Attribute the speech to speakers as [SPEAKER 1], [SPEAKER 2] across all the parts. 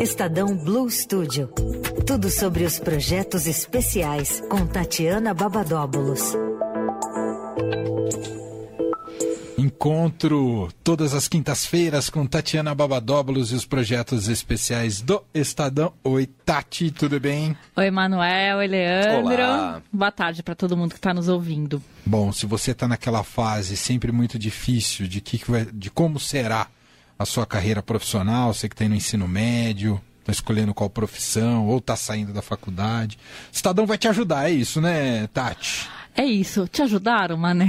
[SPEAKER 1] Estadão Blue Studio. Tudo sobre os projetos especiais com Tatiana Babadóbulos.
[SPEAKER 2] Encontro todas as quintas-feiras com Tatiana Babadóbulos e os projetos especiais do Estadão. Oi, Tati, tudo bem?
[SPEAKER 3] Oi, Manuel, oi, Leandro.
[SPEAKER 4] Olá.
[SPEAKER 3] Boa tarde para todo mundo que está nos ouvindo.
[SPEAKER 2] Bom, se você está naquela fase sempre muito difícil de, que que vai- de como será a sua carreira profissional, você que está no ensino médio, está escolhendo qual profissão, ou está saindo da faculdade. Estadão vai te ajudar, é isso, né, Tati?
[SPEAKER 3] É isso, te ajudaram, Mané?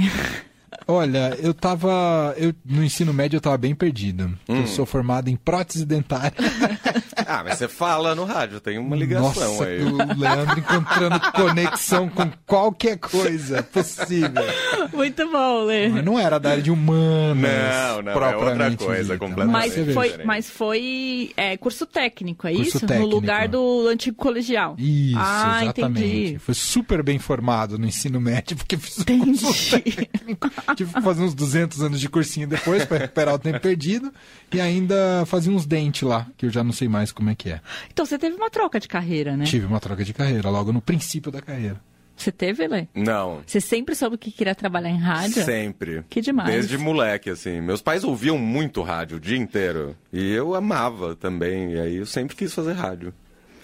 [SPEAKER 2] Olha, eu tava. Eu, no ensino médio eu tava bem perdido. Eu sou formado em prótese dentária.
[SPEAKER 4] Ah, mas você fala no rádio, tem uma ligação
[SPEAKER 2] Nossa,
[SPEAKER 4] aí.
[SPEAKER 2] o Leandro encontrando conexão com qualquer coisa possível.
[SPEAKER 3] Muito bom, Lê.
[SPEAKER 2] Mas não era da área de humanas.
[SPEAKER 4] Não, não, é outra
[SPEAKER 2] propriamente
[SPEAKER 4] coisa,
[SPEAKER 2] dita,
[SPEAKER 4] completamente
[SPEAKER 3] Mas
[SPEAKER 2] você vê.
[SPEAKER 3] foi,
[SPEAKER 4] diferente.
[SPEAKER 3] mas foi é, curso técnico, é
[SPEAKER 2] Curso
[SPEAKER 3] isso?
[SPEAKER 2] técnico.
[SPEAKER 3] No lugar do antigo colegial.
[SPEAKER 2] Isso,
[SPEAKER 3] ah,
[SPEAKER 2] exatamente.
[SPEAKER 3] entendi.
[SPEAKER 2] Foi super bem formado no ensino médio, porque fiz um curso
[SPEAKER 3] Entendi.
[SPEAKER 2] técnico. Tive que fazer uns 200 anos de cursinho depois para recuperar o tempo perdido. E ainda fazia uns dentes lá, que eu já não sei mais como é que é.
[SPEAKER 3] Então você teve uma troca de carreira, né?
[SPEAKER 2] Tive uma troca de carreira, logo no princípio da carreira.
[SPEAKER 3] Você teve, Lê?
[SPEAKER 4] Não.
[SPEAKER 3] Você sempre soube que queria trabalhar em rádio?
[SPEAKER 4] Sempre.
[SPEAKER 3] Que demais.
[SPEAKER 4] Desde moleque, assim. Meus pais ouviam muito rádio o dia inteiro. E eu amava também. E aí eu sempre quis fazer rádio.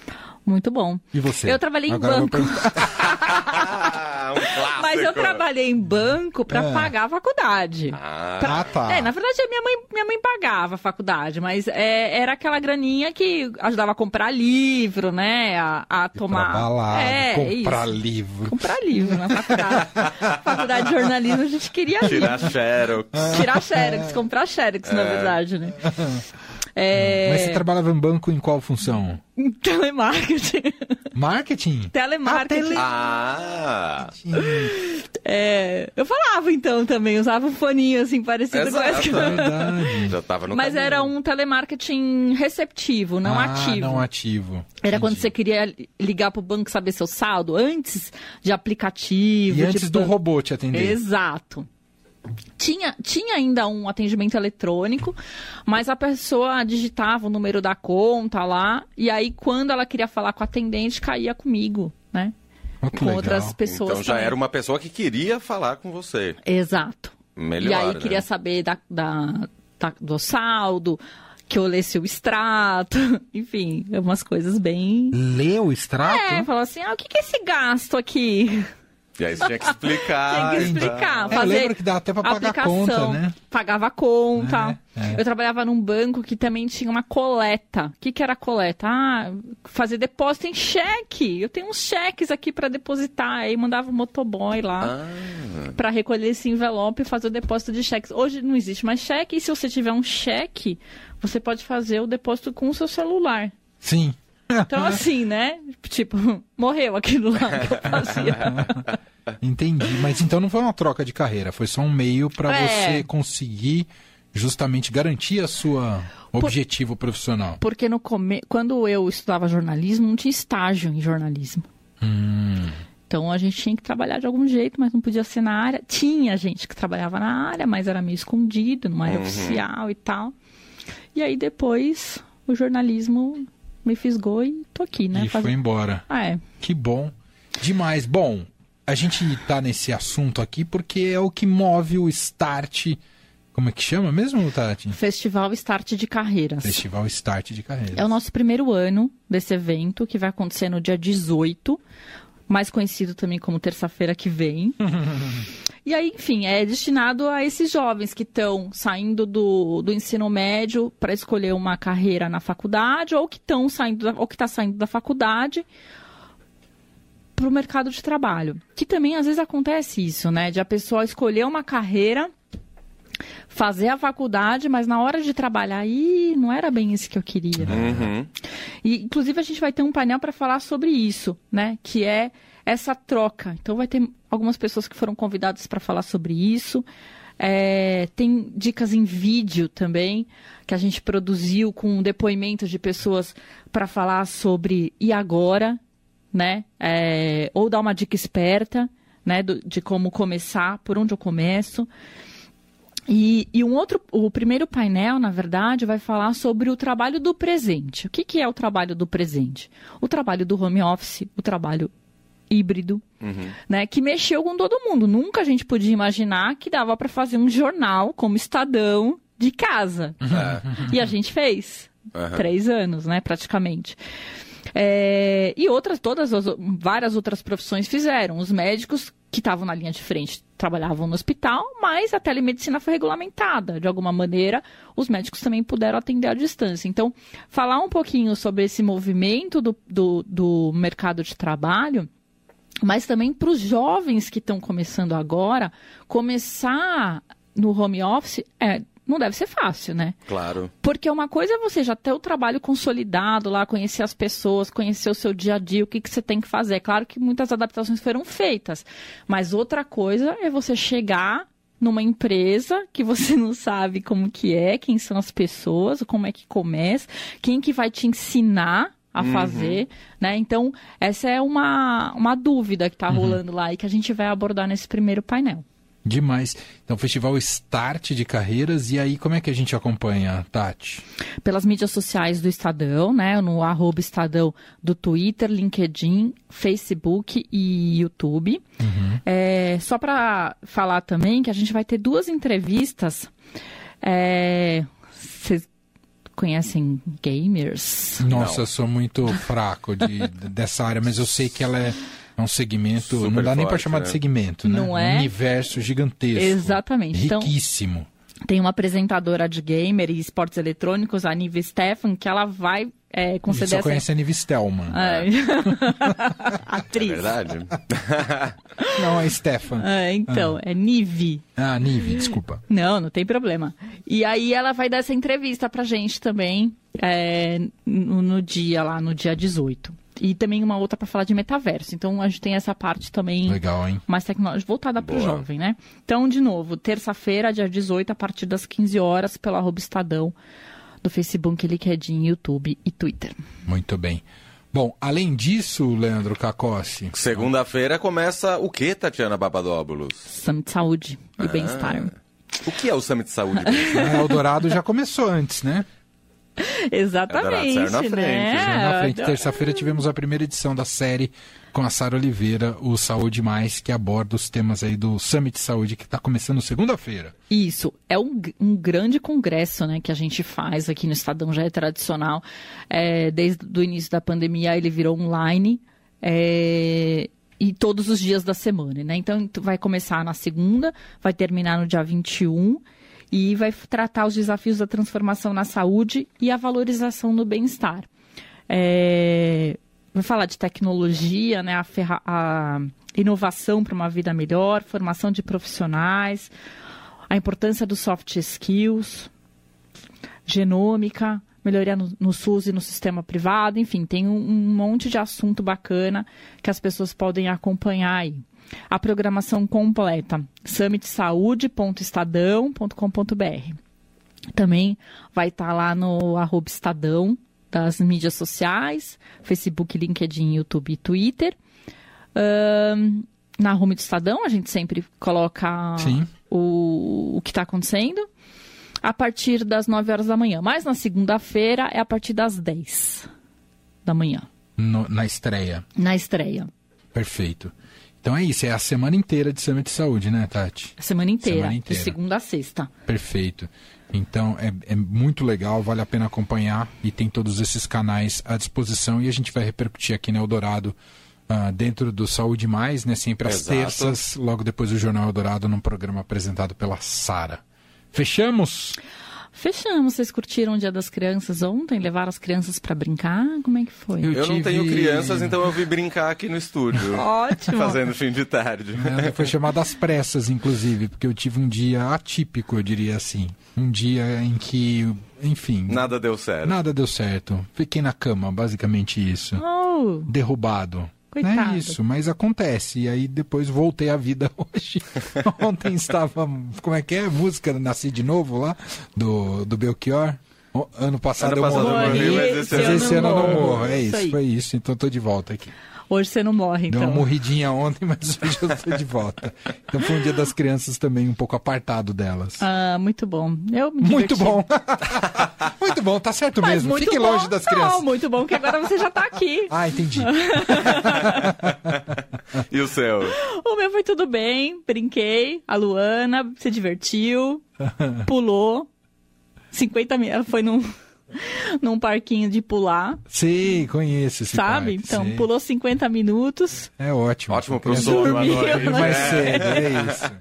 [SPEAKER 3] Muito bom.
[SPEAKER 2] E você?
[SPEAKER 3] Eu trabalhei em
[SPEAKER 2] Agora eu vou
[SPEAKER 3] banco.
[SPEAKER 2] perguntar.
[SPEAKER 4] Ah, um clássico.
[SPEAKER 3] Mas eu trabalhei em banco pra
[SPEAKER 2] É.
[SPEAKER 3] pagar a faculdade.
[SPEAKER 4] Ah,
[SPEAKER 3] Pra-
[SPEAKER 2] Ah, tá.
[SPEAKER 3] É, na verdade, a minha mãe, minha mãe pagava a faculdade, mas é, era aquela graninha que ajudava a comprar livro, né? A, a tomar.
[SPEAKER 2] Pra balada,
[SPEAKER 3] é,
[SPEAKER 2] comprar
[SPEAKER 3] isso.
[SPEAKER 2] livro.
[SPEAKER 3] Comprar livro na faculdade. faculdade de jornalismo, a gente queria
[SPEAKER 4] tirar
[SPEAKER 3] livro.
[SPEAKER 4] xerox.
[SPEAKER 3] Tirar xerox, comprar xerox, na verdade, né? É,
[SPEAKER 2] Mas você trabalhava em banco em qual função?
[SPEAKER 3] em telemarketing.
[SPEAKER 2] Marketing?
[SPEAKER 3] telemarketing.
[SPEAKER 4] Ah!
[SPEAKER 3] É, eu falava então também, usava um paninho assim, parecido com esse que
[SPEAKER 4] Exato.
[SPEAKER 2] Verdade.
[SPEAKER 4] Já tava no
[SPEAKER 3] Mas
[SPEAKER 4] caminho.
[SPEAKER 3] era um telemarketing receptivo, não
[SPEAKER 2] Ah,
[SPEAKER 3] ativo.
[SPEAKER 2] Não ativo.
[SPEAKER 3] Era
[SPEAKER 2] Entendi.
[SPEAKER 3] quando você queria li- ligar pro banco e saber seu saldo, antes de aplicativo.
[SPEAKER 2] E
[SPEAKER 3] de
[SPEAKER 2] antes do
[SPEAKER 3] banco.
[SPEAKER 2] robô te atender.
[SPEAKER 3] Exato. Tinha, tinha ainda um atendimento eletrônico, mas a pessoa digitava o número da conta lá, e aí quando ela queria falar com o atendente, caía comigo, né?
[SPEAKER 2] Olha que
[SPEAKER 3] com
[SPEAKER 2] legal.
[SPEAKER 3] outras pessoas.
[SPEAKER 4] Então já
[SPEAKER 3] também.
[SPEAKER 4] era uma pessoa que queria falar com você.
[SPEAKER 3] Exato.
[SPEAKER 4] Melhor,
[SPEAKER 3] e aí
[SPEAKER 4] né?
[SPEAKER 3] queria saber da, da- da- do saldo, que eu lesse o extrato, enfim, umas coisas bem.
[SPEAKER 2] Lê o extrato?
[SPEAKER 3] É, falou assim, ah, o que, que é esse gasto aqui?
[SPEAKER 4] E aí você tinha que explicar.
[SPEAKER 3] Tem que
[SPEAKER 4] e tal.
[SPEAKER 3] explicar,
[SPEAKER 2] É, eu
[SPEAKER 3] fazer
[SPEAKER 2] lembro que dá até pra pagar
[SPEAKER 3] aplicação,
[SPEAKER 2] conta, né?
[SPEAKER 3] Pagava a conta.
[SPEAKER 2] É, é.
[SPEAKER 3] Eu trabalhava num banco que também tinha uma coleta. O que, que era coleta? Ah, fazer depósito em cheque. Eu tenho uns cheques aqui pra depositar. Aí mandava o motoboy lá.
[SPEAKER 4] Ah,
[SPEAKER 3] Pra recolher esse envelope e fazer o depósito de cheques. Hoje não existe mais cheque, e se você tiver um cheque, você pode fazer o depósito com o seu celular.
[SPEAKER 2] Sim.
[SPEAKER 3] Então, assim, né? Tipo, morreu aquilo lá que eu fazia.
[SPEAKER 2] Entendi. Mas então não foi uma troca de carreira, foi só um meio pra
[SPEAKER 3] É.
[SPEAKER 2] você conseguir justamente garantir a sua objetivo profissional.
[SPEAKER 3] Porque no come... quando eu estudava jornalismo, não tinha estágio em jornalismo.
[SPEAKER 2] Hum,
[SPEAKER 3] Então a gente tinha que trabalhar de algum jeito, mas não podia ser na área. Tinha gente que trabalhava na área, mas era meio escondido, não
[SPEAKER 2] Uhum.
[SPEAKER 3] era oficial e tal. E aí depois o jornalismo me fisgou e tô aqui, né?
[SPEAKER 2] e
[SPEAKER 3] Faz-
[SPEAKER 2] foi embora.
[SPEAKER 3] Ah, é.
[SPEAKER 2] Que bom. Demais. Bom, a gente tá nesse assunto aqui porque é o que move o start. Como é que chama mesmo, Tati?
[SPEAKER 3] Festival Start de Carreiras.
[SPEAKER 2] Festival Start de Carreira.
[SPEAKER 3] É o nosso primeiro ano desse evento, que vai acontecer no dia 18, mais conhecido também como terça-feira que vem. e aí, enfim, é destinado a esses jovens que estão saindo do, do ensino médio para escolher uma carreira na faculdade ou que estão saindo, da- ou que está saindo da faculdade para o mercado de trabalho. Que também às vezes acontece isso, né? De a pessoa escolher uma carreira fazer a faculdade, mas na hora de trabalhar, ih, não era bem isso que eu queria. né?
[SPEAKER 4] uhum.
[SPEAKER 3] E, inclusive, a gente vai ter um painel para falar sobre isso, né? Que é essa troca. Então, vai ter algumas pessoas que foram convidadas para falar sobre isso. É, tem dicas em vídeo também, que a gente produziu com depoimentos de pessoas para falar sobre e agora, né? É, ou dar uma dica esperta, né? do- de como começar, por onde eu começo. E, e um outro, o primeiro painel, na verdade, vai falar sobre o trabalho do presente. O que, que é o trabalho do presente? O trabalho do home office, o trabalho híbrido, né, que mexeu com todo mundo. Nunca a gente podia imaginar que dava para fazer um jornal como Estadão de casa.
[SPEAKER 2] Ah.
[SPEAKER 3] E a gente fez.
[SPEAKER 4] Aham.
[SPEAKER 3] Três anos, né, praticamente. É, e outras, todas as, o- várias outras profissões fizeram. Os médicos que estavam na linha de frente trabalhavam no hospital, mas a telemedicina foi regulamentada. De alguma maneira, os médicos também puderam atender à distância. Então, falar um pouquinho sobre esse movimento do, do, do mercado de trabalho mas também para os jovens que estão começando agora, começar no home office é, não deve ser fácil, né?
[SPEAKER 4] Claro.
[SPEAKER 3] Porque uma coisa é você já ter o trabalho consolidado lá, conhecer as pessoas, conhecer o seu dia a dia, o que, que você tem que fazer. É Claro que muitas adaptações foram feitas, mas outra coisa é você chegar numa empresa que você não sabe como que é, quem são as pessoas, como é que começa, quem que vai te ensinar a
[SPEAKER 4] Uhum.
[SPEAKER 3] fazer, né? Então, essa é uma, uma dúvida que está rolando lá e que a gente vai abordar nesse primeiro painel.
[SPEAKER 2] Demais. Então, festival Start de Carreiras. E aí, como é que a gente acompanha, Tati?
[SPEAKER 3] pelas mídias sociais do Estadão, né? No arroba Estadão do Twitter, LinkedIn, Facebook e YouTube.
[SPEAKER 4] Uhum.
[SPEAKER 3] É, só para falar também que a gente vai ter duas entrevistas. É, Vocês conhecem gamers?
[SPEAKER 2] Nossa, eu sou muito fraco de, dessa área, mas eu sei que ela é, é um segmento.
[SPEAKER 4] Super
[SPEAKER 2] não dá nem para
[SPEAKER 4] forte,
[SPEAKER 2] chamar
[SPEAKER 4] né?
[SPEAKER 2] de segmento, né?
[SPEAKER 3] Não é?
[SPEAKER 2] Um universo gigantesco.
[SPEAKER 3] Exatamente. Então-
[SPEAKER 2] Riquíssimo.
[SPEAKER 3] Tem uma apresentadora de gamer e esportes eletrônicos, a Nive Stefan, que ela vai é,
[SPEAKER 2] Você
[SPEAKER 3] conceder
[SPEAKER 2] só
[SPEAKER 3] essa.
[SPEAKER 2] conhece a Nive Stelman.
[SPEAKER 3] Ai.
[SPEAKER 4] É
[SPEAKER 3] Atriz.
[SPEAKER 4] verdade?
[SPEAKER 2] Não, é Stefan.
[SPEAKER 3] É, então, é Nive.
[SPEAKER 2] Ah, Nive, desculpa.
[SPEAKER 3] Não, não tem problema. E aí ela vai dar essa entrevista pra gente também é, no, no dia lá, no dia 18. E também uma outra pra falar de metaverso. Então a gente tem essa parte também
[SPEAKER 2] Legal, hein?
[SPEAKER 3] mais tecnológica, voltada pro
[SPEAKER 4] Boa.
[SPEAKER 3] jovem, né? Então, de novo, terça-feira, dia 18, a partir das 15 horas, pela arroba Estadão, do Facebook, LinkedIn, YouTube e Twitter.
[SPEAKER 2] Muito bem. Bom, além disso, Leandro Cacossi,
[SPEAKER 4] Segunda-feira começa o que, Tatiana Papadopoulos?
[SPEAKER 3] Summit Saúde
[SPEAKER 4] Ah.
[SPEAKER 3] e Bem-Estar.
[SPEAKER 4] O que é o Summit de Saúde?
[SPEAKER 2] né, o Dourado já começou antes, né?
[SPEAKER 3] Exatamente,
[SPEAKER 4] Saiu na frente,
[SPEAKER 3] né?
[SPEAKER 4] saiu
[SPEAKER 2] Na frente, terça-feira tivemos a primeira edição da série com a Sara Oliveira, o Saúde Mais, que aborda os temas aí do Summit Saúde, que está começando segunda-feira.
[SPEAKER 3] Isso, é um, gr- um grande congresso né, que a gente faz aqui no Estadão, já é tradicional. É, desde o início da pandemia ele virou online é, e todos os dias da semana. Né? Então tu vai começar na segunda, vai terminar no dia 21 e vai f- tratar os desafios da transformação na saúde e a valorização do bem-estar. É, vai falar de tecnologia, né, a, ferra- a inovação para uma vida melhor, formação de profissionais, a importância dos soft skills, genômica, melhoria no, no SUS e no sistema privado, enfim, tem um, um monte de assunto bacana que as pessoas podem acompanhar aí. A programação completa, summitsaúde.estadão.com.br. Também vai estar lá no arroba Estadão, das mídias sociais, Facebook, LinkedIn, YouTube e Twitter. Ahn, na home do Estadão, a gente sempre coloca
[SPEAKER 2] Sim.
[SPEAKER 3] o, o que está acontecendo. A partir das 9 horas da manhã. Mas na segunda-feira é a partir das 10 da manhã,
[SPEAKER 2] no- na estreia.
[SPEAKER 3] na estreia.
[SPEAKER 2] Perfeito. Então é isso, é a semana inteira de Summit Saúde, né, Tati?
[SPEAKER 3] A semana inteira,
[SPEAKER 2] Semana inteira.
[SPEAKER 3] de segunda a sexta.
[SPEAKER 2] Perfeito. Então é, é muito legal, vale a pena acompanhar e tem todos esses canais à disposição e a gente vai repercutir aqui no Eldorado ah, dentro do Saúde Mais, né? Sempre às
[SPEAKER 4] Exato.
[SPEAKER 2] terças, logo depois do Jornal Eldorado, num programa apresentado pela Sara. Fechamos?
[SPEAKER 3] Fechamos. Vocês curtiram o Dia das Crianças ontem? Levaram as crianças para brincar? Como é que foi?
[SPEAKER 2] Eu
[SPEAKER 4] Eu não
[SPEAKER 2] tive-
[SPEAKER 4] tenho crianças, então eu vim brincar aqui no estúdio.
[SPEAKER 3] Ótimo.
[SPEAKER 4] Fazendo fim de tarde.
[SPEAKER 2] Ela foi chamada às pressas, inclusive, porque eu tive um dia atípico, eu diria assim. Um dia em que, enfim,
[SPEAKER 4] Nada deu certo.
[SPEAKER 2] nada deu certo. Fiquei na cama, basicamente isso.
[SPEAKER 3] Oh,
[SPEAKER 2] derrubado.
[SPEAKER 3] Coitado.
[SPEAKER 2] É isso, mas acontece. E aí depois voltei à vida hoje. Ontem estava, como é que é? Música Nasci de Novo lá, do, do Belchior. O- Ano passado eu
[SPEAKER 4] Ano passado eu
[SPEAKER 2] morri,
[SPEAKER 4] morri,
[SPEAKER 2] mas
[SPEAKER 4] mas
[SPEAKER 2] esse,
[SPEAKER 4] esse ano
[SPEAKER 2] ano eu
[SPEAKER 4] eu
[SPEAKER 2] não
[SPEAKER 4] morro.
[SPEAKER 2] morro. É
[SPEAKER 3] Isso
[SPEAKER 2] isso,
[SPEAKER 3] aí.
[SPEAKER 2] foi isso. Então eu tô de volta aqui.
[SPEAKER 3] Hoje você não morre,
[SPEAKER 2] Deu uma
[SPEAKER 3] então.
[SPEAKER 2] morridinha ontem, mas hoje eu tô de volta. Então foi um dia das crianças também um pouco apartado delas.
[SPEAKER 3] Ah, muito bom. Eu me
[SPEAKER 2] muito
[SPEAKER 3] diverti.
[SPEAKER 2] bom. muito bom, tá certo
[SPEAKER 3] Mas
[SPEAKER 2] mesmo.
[SPEAKER 3] muito
[SPEAKER 2] Fique
[SPEAKER 3] bom,
[SPEAKER 2] longe das
[SPEAKER 3] não,
[SPEAKER 2] crianças.
[SPEAKER 3] muito bom que agora você já tá aqui.
[SPEAKER 2] Ah, entendi.
[SPEAKER 4] E o seu?
[SPEAKER 3] O meu foi tudo bem, brinquei. A Luana se divertiu, pulou. 50 mil. Foi num, num parquinho de pular,
[SPEAKER 2] Sim, conheço esse
[SPEAKER 3] sabe?
[SPEAKER 2] parque,
[SPEAKER 3] então,
[SPEAKER 2] sim.
[SPEAKER 3] pulou 50 minutos.
[SPEAKER 2] É ótimo.
[SPEAKER 4] Ótimo pro
[SPEAKER 2] Criança
[SPEAKER 4] sono,
[SPEAKER 2] dormir
[SPEAKER 3] adoro isso.
[SPEAKER 2] mais
[SPEAKER 3] É.
[SPEAKER 2] cedo, é isso.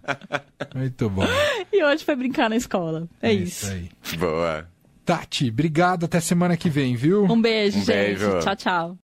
[SPEAKER 2] Muito bom.
[SPEAKER 3] E hoje foi brincar na escola. É, isso.
[SPEAKER 2] aí.
[SPEAKER 4] Boa.
[SPEAKER 2] Tati, obrigado. Até semana que vem, viu?
[SPEAKER 3] Um beijo,
[SPEAKER 4] Um
[SPEAKER 3] gente.
[SPEAKER 4] beijo.
[SPEAKER 3] Tchau, tchau.